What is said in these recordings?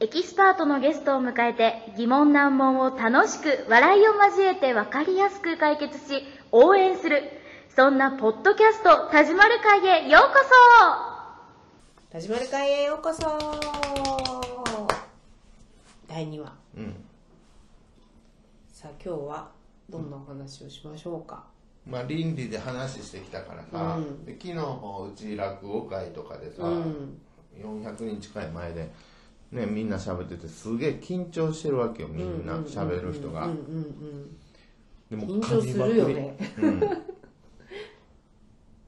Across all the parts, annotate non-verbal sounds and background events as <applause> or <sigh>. エキスパートのゲストを迎えて疑問難問を楽しく笑いを交えて分かりやすく解決し応援するそんなポッドキャスト「田島る会」へようこ田島る会へようこそ第2話うんさあ今日はどんなお話をしましょうか、まあ倫理で話してきたからさ、うんで昨日もうち落語会とかでさ、うん400人近い前で、ね、みんな喋っててすげえ緊張してるわけよみんな喋る人がうんうんでうんも緊張するよねうん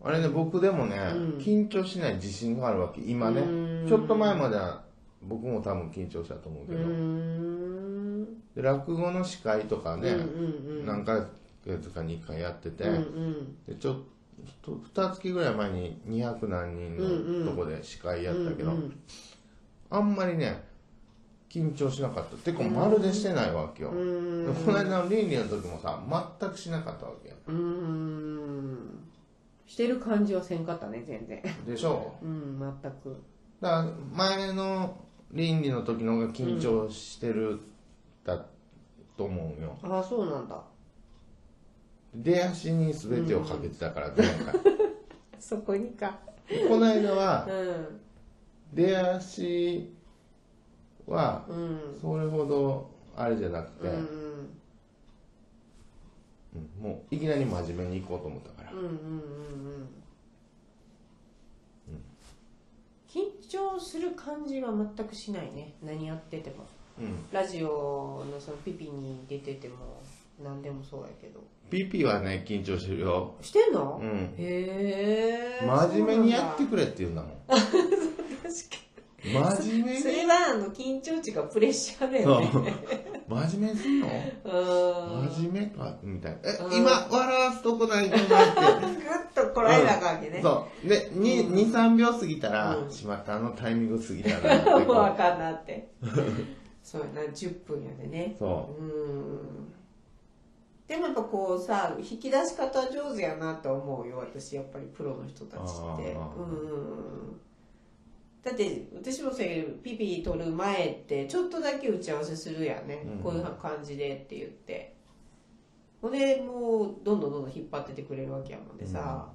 あれね僕でもね、うん緊張しない自信があるわけ今ねうんちょっと前までは僕も多分緊張したと思ううけーど、んで落語の司会とかね、うんうんうん何回か月か2回やってて、うんうんでちょっと2月ぐらい前に200何人のとこで司会やったけど、うんうんあんまりね緊張しなかったてかまるでしてないわけよ、うんでこの間の倫理の時もさ全くしなかったわけようーんしてる感じはせんかったね全然でしょうん全くだから前の倫理の時の方が緊張してるだと思うよ、ああそうなんだ出足に全てをかけてたから前回、 <laughs> そこにかでこの間はうん出足はうんそれほどあれじゃなくて、うんうんうんもういきなり真面目に行こうと思ったから、うんうんうんうん緊張する感じは全くしないね何やっててもうん、ラジオのそのピピに出てても何でもそうやけど PP はね緊張してるよ、してんの、うん、へえ真面目にやってくれって言うんだもん真面目にそれはあの緊張値がプレッシャーだよねそう <laughs> 真面目にすんのうーん真面目かみたいなえうん今笑わすとこない <laughs> のなっぐっとこてらえなあかんわけうねん、そうで23秒過ぎたら、うんしまったあのタイミング過ぎたなって <laughs> もうあこかんなってそうやな10分やでねう <laughs> そうーんでもやっぱこうさ引き出し方上手やなと思うよ私やっぱりプロの人たちってあーうんうんうんだって私もせピピ取る前ってちょっとだけ打ち合わせするやんね、うんこういう感じでって言ってほんでもうどんどんどんどん引っ張っててくれるわけやもんでさ、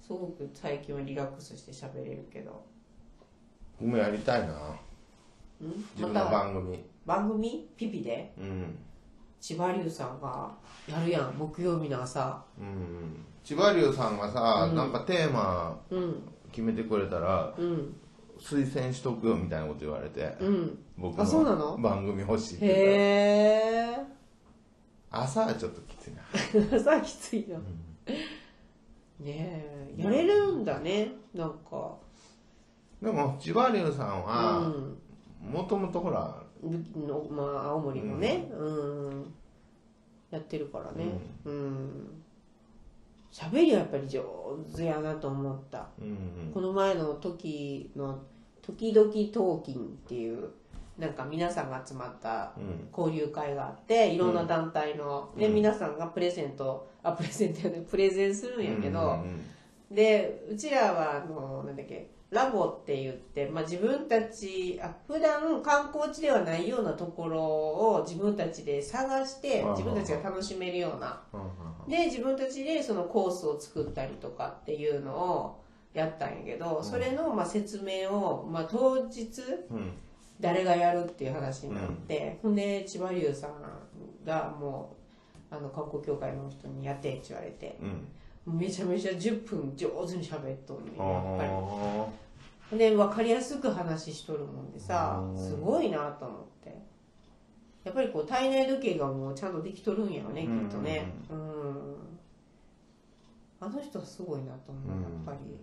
すごく最近はリラックスして喋れるけどう僕もやりたいなん自ま分のた番組、番組ピピでうん千葉龍さんがやるやん木曜日の朝うん千葉龍さんがさ、なんかテーマうん決めてくれたらうん推薦しとくよみたいなこと言われて、うん僕あそうなのの番組欲しいって言っへえたら朝はちょっときついな <laughs> 朝きついな、ねえやれるんだねなんかでも千葉龍さんはうんもともとほら、のまあ青森のねうん、やってるからねうん喋、りはやっぱり上手やなと思ったうんこの前の時の「時々トーキン」っていうなんか皆さんが集まったうん交流会があっていろんな団体の、でうん皆さんがプレゼントあプレゼントやねプレゼンするんやけど、うんでうちらはあのなんだっけラボって言って、まあ、自分たちあ普段観光地ではないようなところを自分たちで探してあー自分たちが楽しめるようなうんで自分たちでそのコースを作ったりとかっていうのをやったんやけどそれのまあ説明を、まあ、当日うんうん誰がやるっていう話になって、ほんで千葉龍さんがもうあの観光協会の人にやってって言われてうんめちゃめちゃ10分上手に喋っとんねんあやっぱーりで分かりやすく話しとるもんでさうんすごいなと思ってやっぱりこう体内時計がもうちゃんとできとるんやろねきっとねうんあの人はすごいなと思うやっぱり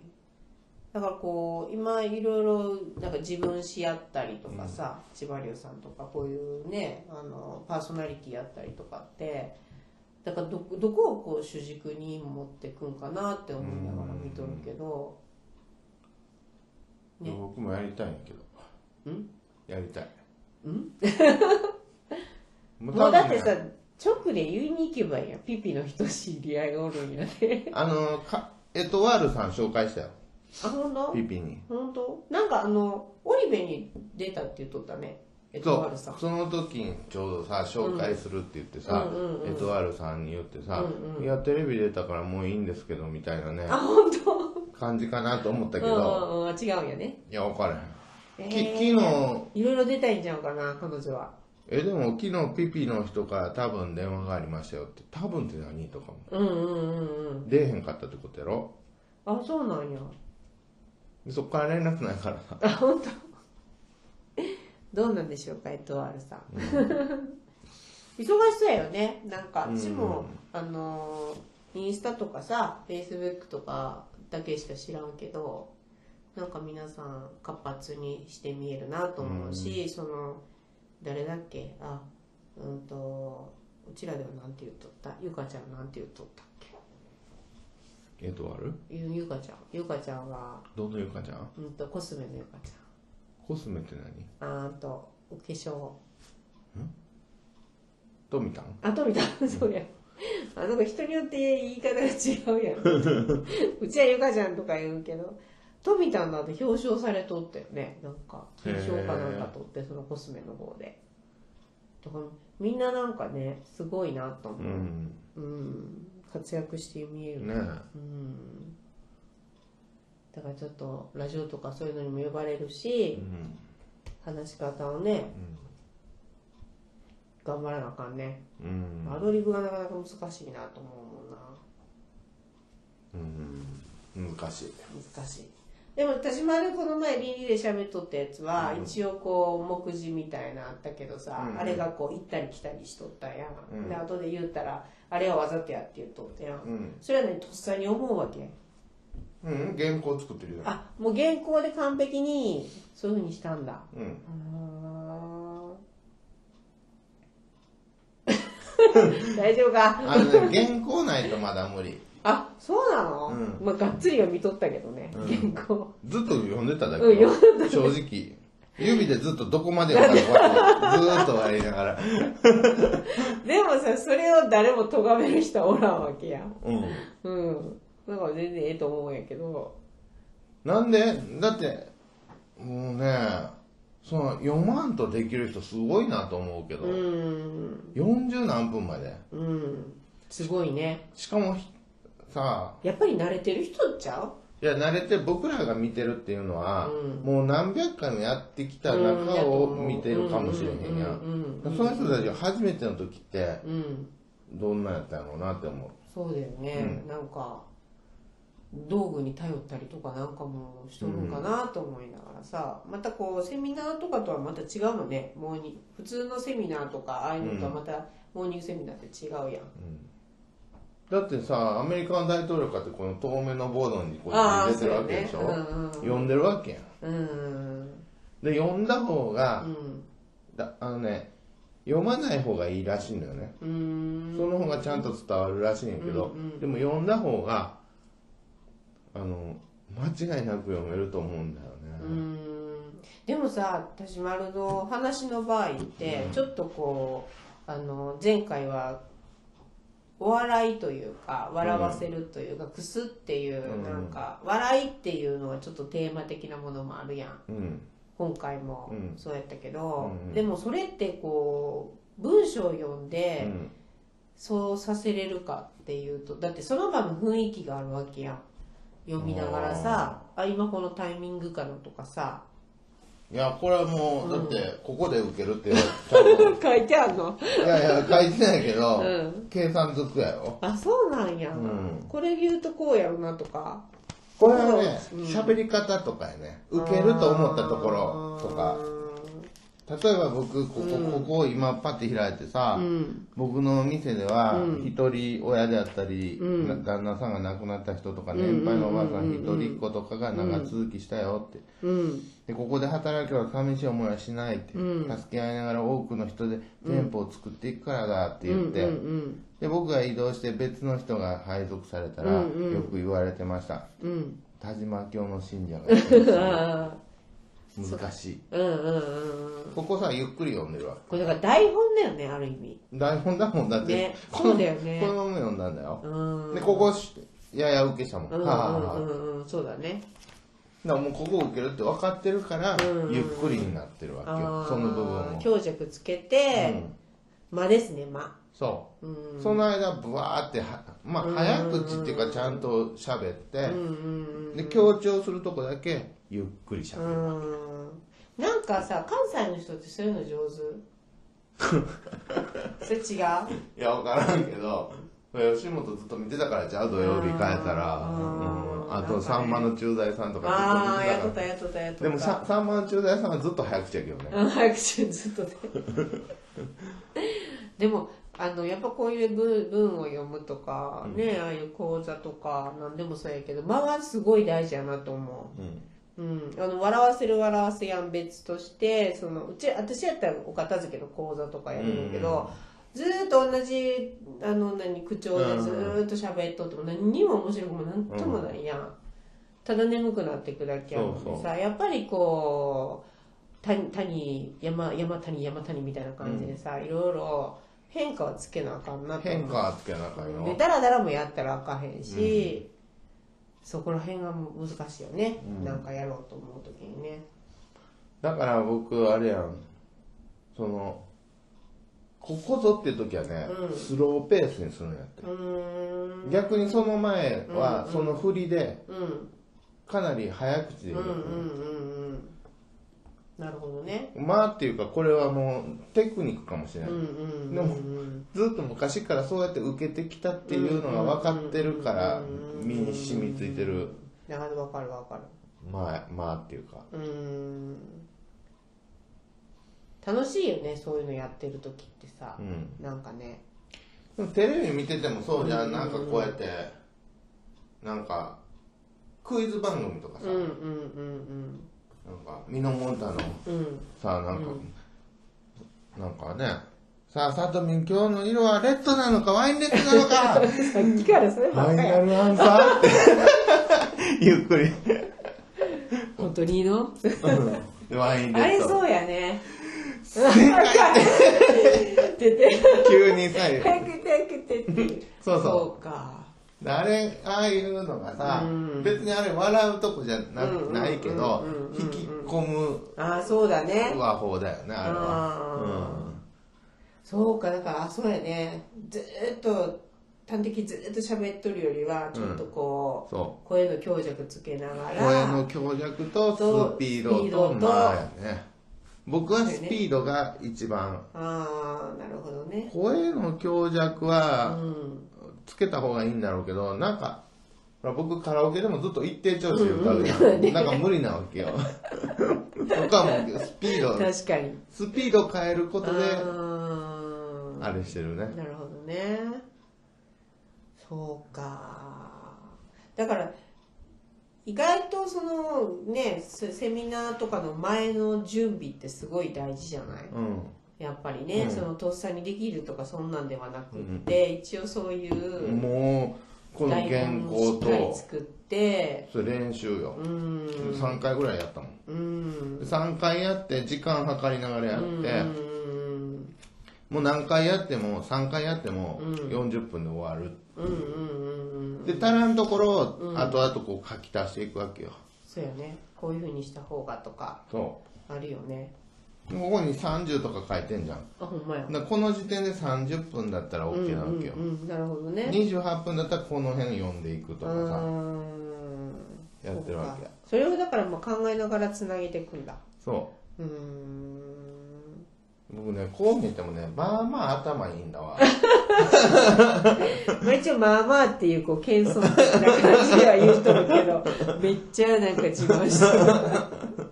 だからこう今いろいろなんか自分史やったりとかさ千葉龍さんとかこういうねあのパーソナリティやったりとかってだからどどこをこう主軸に持ってくんかなって思いながら見とるけどね僕もやりたいんやけどんやりたい <laughs> んももうだ多って分ねさ直で言いに行けばいいやんピピの人知り合いおるんやであのかエトワールさん紹介したよあほんとピピにほんとなんかあのオリベに出たって言っとったねエトワそールうさんその時にちょうどさ紹介するって言ってさ、うんうんうんエトワールさんに言ってさ、うんうんいやテレビ出たからもういいんですけどみたいなねあ本当感じかなと思ったけうんうど、んうん違うよねいや分からへん、きえー昨日いろいろ出たいんちゃうかな彼女はえでも昨日ピピの人から多分電話がありましたよって多分って何とかもうんうんうんうん出えへんかったってことやろあそうなんやでそっから連絡ないから <laughs> さあ本当どうなんでしょうかエトワールさん、忙しそうやよねなんか私も、あのーインスタとかさフェイスブックとかだけしか知らんけどなんか皆さん活発にして見えるなと思うし、その誰だっけあうんとうちらではなんて言うとったゆかちゃんなんて言うとったっけエトワールゆゆかちゃんゆかちゃんは、どのゆかちゃんうん、とコスメのゆかちゃんコスメって何あーとお化粧とみたんあとみた <laughs> いそうやあなんか人によって言い方が違うやん <laughs> うちはゆかちゃんとか言うけど富田なんて表彰されとったよねなんか金賞かなんか取ってそのコスメの方でだからみんななんかねすごいなと思うう、んうん活躍して見える、ねうんだからちょっとラジオとかそういうのにも呼ばれるえ、しうん話し方をね頑張らなあかんねうんアドリブがなかなか難しいなと思うもんなうん、難しい難しいでも私までこの前倫理で喋っとったやつは、うん一応こう目次みたいなあったけどさ、うんあれがこう行ったり来たりしとったやん、うんで後で言ったらあれはわざとやって言っとったやん、うん、それはねとっさに思うわけうん、原稿作ってるじゃんあもう原稿で完璧にそういうふうにしたんだうんう <laughs> ーん大丈夫かあのね <laughs> 原稿ないとまだ無理あそうなの、うんまあがっつりは見とったけどね、うん原稿ずっと読んでただけうんよ正直指でずっとどこまでわかるかずーっと割りながらでもさそれを誰も咎める人はおらんわけやんうんうんだから全然ええと思うんやけどなんでだってもうねその読まんとできる人すごいなと思うけど、うん40何分までうんすごいねしかもひさあやっぱり慣れてる人ちゃういや慣れて僕らが見てるっていうのは、うんもう何百回もやってきた中を見てるかもしれへんやうんうんうんうんその人たちが初めての時ってうんどんなんやったんやろうなって思うそうだよね、うなんか道具に頼ったりとかなんかもしとるんかなと思いながらさ、またこうセミナーとかとはまた違うのねモーニング普通のセミナーとかああいうのとはまたモーニングセミナーって違うやん、だってさアメリカの大統領かってこの透明のボードにこうああ出てるわけでしそうょ、やねうんうん読んでるわけやんうんで読んだ方うが、んだあのね読まない方がいいらしいのよね、うーんその方がちゃんと伝わるらしいんやけど、うんうんでも読んだ方があの間違いなく読めると思うんだようーね、んでもさ私丸の話の場合ってちょっとこうあの前回はお笑いというか笑わせるというか、くすっていううんなんか、笑いっていうのはちょっとテーマ的なものもあるやんうん今回もうんそうやったけど、うんうんでもそれってこう文章を読んうでんそうさせれるかっていうとだってその場の雰囲気があるわけやん読みながらさあ今このタイミングかなとかさいやこれはもう、だってここで受けるって言われちゃう <laughs> 書いてあるのい <laughs> やいや書いてないけど、うん計算ずくやよあそうなんや、んこれ言うとこうやろなとかこれはねうん喋、り方とかやね受けると思ったところとか例えば僕ここ,、ここを今パッて開いてさ、うん僕の店ではうん一人親であったり、うんな旦那さんが亡くなった人とかうんうんうんうん年配のおばあさん一人っ子とかが長続きしたよってうんでここで働けば寂しい思いはしないって、うん助け合いながら多くの人で店舗を作っていくからだって言っうて、んうんで僕が移動して別の人が配属されたらうよんうんく言われてました、うんうん田島教の信者 <laughs> があ難しいーうんうんうんうんここさゆっくり読んでるわこれだから台本だよねある意味台本だもんだって、ねこのそうだよね <laughs> このまま読んだんだよう、んでここしやや受けしたもん、うんうはあはあんうんうんそうだねだからもうここ受けるって分かってるから、うんゆっくりになってるわけよあーその部分を、強弱つけて、うん間ですね間そうう、んその間ブワーってはまあうん早口っていうかちゃんと喋って、うんうんで強調するとこだけゆっくり喋うる、んなんかさ関西の人ってそういうの上 <laughs> 手それ違ういや分からんけど吉本ずっと見てたからじゃあ土曜日帰ったら、うんうんあなんかねとさんまの駐在さんとあかあずっやっとと見ったてたからやっとったやっとったでもささんまの駐在さんはずっと早口やけどね、うん早口ずっ <laughs> とねでもあのやっぱこういう文文を読むとかね、ああいう講座とか何でもそうやけど間はすごい大事やなと思うんう、うん、あの笑わせる笑わせやん別としてそのうち私やったらお片付けの講座とかやるんだけど、ずーっと同じあの何口調でずーっと喋っとっても何にも面白くも何ともないやん、ただ眠くなっていくだけやのにさそうそやっぱりこう谷谷山山谷山谷みたいな感じでさ、いろいろ変化はつけなあかんなと思う変化はつけなあかんでよ、ダラダラもやったらあかへんし、そこら辺が難しいよね、なんかやろうと思う時にねだから僕あれやんそのここぞっていう時はね、うんスローペースにするんやってうーん逆にその前はその振りでうんかなり早口でうんうんう言う、んうんなるほどねまあっていうかこれはもうテクニックかもしれうなんい、うんうんうんずっと昔からそうやって受けてきたっていうのが分かってるから身に染みついてるなるほどわかるわかるまあまあっていうかうーん楽しいよねそういうのやってる時ってさ、うんなんかねでもテレビ見ててもそうじゃんなんかこうやってなんかクイズ番組とかさ、うんうんうんなんかミノモンタのうんうんさあなんか、なんかねさあさとみん今日の色はレッドなのかワインレッドなのかさっきからそれフばァっイかナやルアンサーってゆっくり本当にのうんワインレあれッドそうやねってて急にさ早く早くてってそうそうそうかあれああいうのがさ、うん別にあれ笑うとこじゃな,、うんうんないけど、うんうんうんうん引き込むああそうだね和法だよねあれはあそうかだからあそうやねずーっと端的ずーっと喋っとるよりはちょっとうんこう、そ声の強弱つけながうら声の強弱とスピードスピーとドとまあやね僕はスピードが一番ああなるほどね声の強弱うはんつけた方がいいんだろうけどなんかほら僕カラオケでもずっと一定調子で歌うじゃん、なんか無理なわけよ僕はもうスピード確かにスピード変えることでうんあれしてるねなるほどねそうかだから意外とそのねセセミナーとかの前の準備ってすごい大事じゃないうんやっぱりね、うんそのとっさにできるとかそんなんではなくって、一応そういうもうこの台原本をし稿っかりと作ってそれ練習ようん3回ぐらいやったもんうん3回やって時間計りながらやってうんもう何回やっても3回やってもうん40分で終わるうんうんうんで足らんところを後々こう書き足していくわけよそうやねこういうふうにした方がとかそあるよねうここに30とか書いてんじゃんあほんまやだからこの時点で30分だったら OK なわけようんうんうん、なるほどね28分だったらこの辺読んでいくうとかさーんやってるわそけうかそれをだからまあ考えながらつなげていくんだそうーんう僕ねこう見てもねまあまあ頭いいんだ <laughs> わまあ一応まあまあっていうこう謙遜的な感じでは言うとるけど <laughs> めっちゃなんか自慢してる <laughs>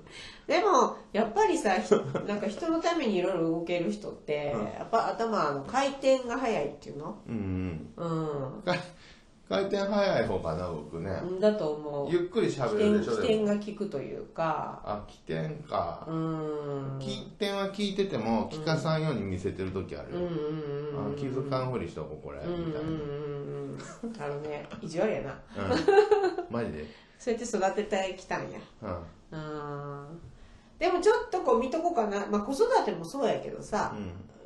でもやっぱりさひなんか人のためにいろいろ動ける人ってやっぱ頭の回転が速いっていうのうんう回回転早い方かな僕ね、んだと思うゆっくり喋起れる点でし起ょで点もが効くというかあ起点うか、ーん起点は聞いてても聞かさんように見せてる時あうるんよ、うんうんうんあ気づかんふりしとこうこれ、うんうんみたいな、うんうんあのね意地悪やな <laughs> うん、マジで、そうやって育ててきたんやううん、んでもちょっとこう見とこうかな、まあ、子育てもそうやけどさ、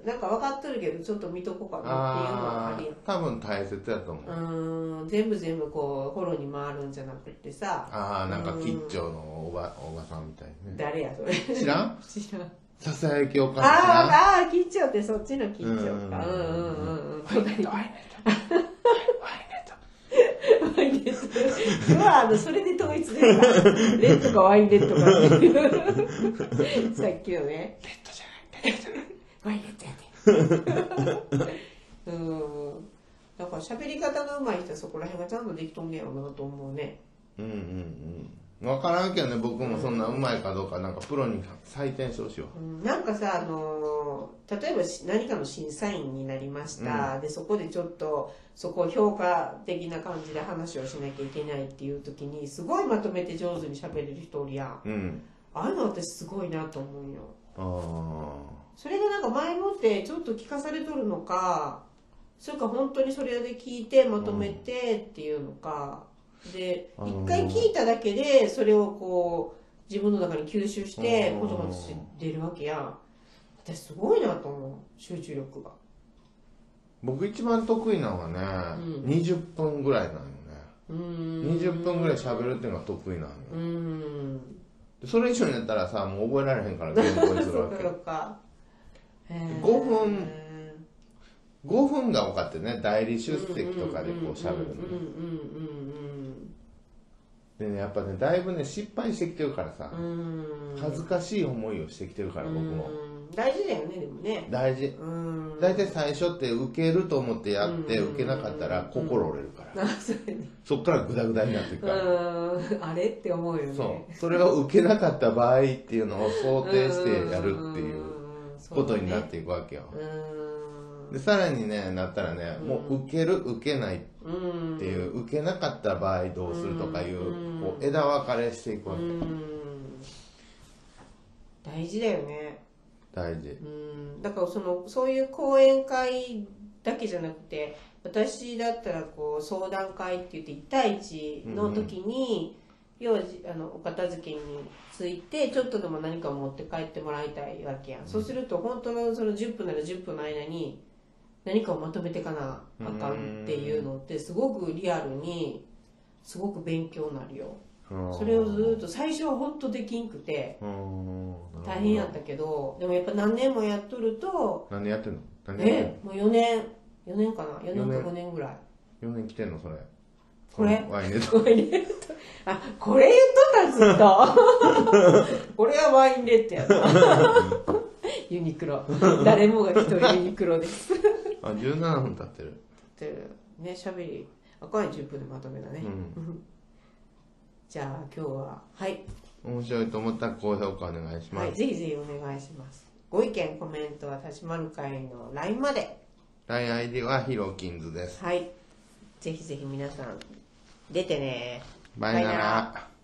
なんか分かっとるけどちょっと見とこうかなっていうのはあありー多分大切だと思う、うーん全部全部こうフォローに回るんじゃなくてさああなんか吉兆のおばおばさんみたいね誰やそれ <laughs> 知知らんらんささやきおかああーあー緊張ってそっちの緊張かううんんうんうんうんわかりましたワイネットうわあのそれで統一でレッドかワインレッドかっていうさっきのねレッドじゃないレッドじゃないワインレッドやねうんだから喋り方の上手い人はそこら辺がちゃんとできとんねやろうなと思うねうんうんうん分からんけどね僕もそんなうまいかどうかなんかプロに採点してほしいわうんなんかさ、あのー例えばし何かの審査員になりました、でそこでちょっとそこを評価的な感じで話をしなきゃいけないっていう時にすごいまとめて上手に喋れる人おるやんうんああいうの私すごいなと思うよああそれがなんか前もってちょっと聞かされとるのかそれか本当にそれで聞いてまとめてっていうのか、であのー一回聞いただけでそれをこう自分の中に吸収してうん言葉として出るわけやん私すごいなと思う集中力が僕一番得意なのはね、う20分ぐらいなのよねうーん20分ぐらい喋るっていうのが得意なのようーんでそれ以上になったらさもう覚えられへんから言語にするそわうか <laughs> けそうか五分5分が多かったよね代理出席とかでこう喋るのうんうんでねやっぱねだいぶね失敗してきてるからさうんうんうんうん恥ずかしい思いをしてきてるから僕もうん大事だよねでもね大事うん大体最初って受けると思ってやってうん受けなかったら心折れるからあそれねそっからグダグダになっていくうからーん <laughs> あれって思うよねそうそれを受けなかった場合っていうのを想定してやるっていうことになっていくわけようーんでさらにねなったらねもう受ける受けないっうんていう受けなかった場合どうするとかいううんこう枝分かれしていくわうけん大事だよね大事うんだからそのそういう講演会だけじゃなくて私だったらこう相談会って言って1対1の時に、要はじあのお片付けについてちょっとでも何かを持って帰ってもらいたいわけやん、そうすると本当のその10分なら10分の間に何かをまとめてかなあかんっていうのってすごくリアルにすごく勉強になるよそれをずっと最初は本当できんくてうん大変やったけどでもやっぱ何年もやっとると何年やってんの何年やってんのえもう4年4年かな4四年年か5年ぐらい <laughs> 4年来てんのそれこれワイネットワインレッドあこれ言っとっ <laughs> たずっとこれはワインレッドやなユニクロ誰もが一人ユニクロですっあ17分経ってるてるね喋りあこれ10分でまとめだね、うじゃあ今日ははい、面白いと思ったら高評価お願いしまはい、すぜひぜひお願いしますご意見コメントはたちまる会の LINE まで LINEID はヒロキンズですはいぜひぜひ皆さん出てねバイナバイナララ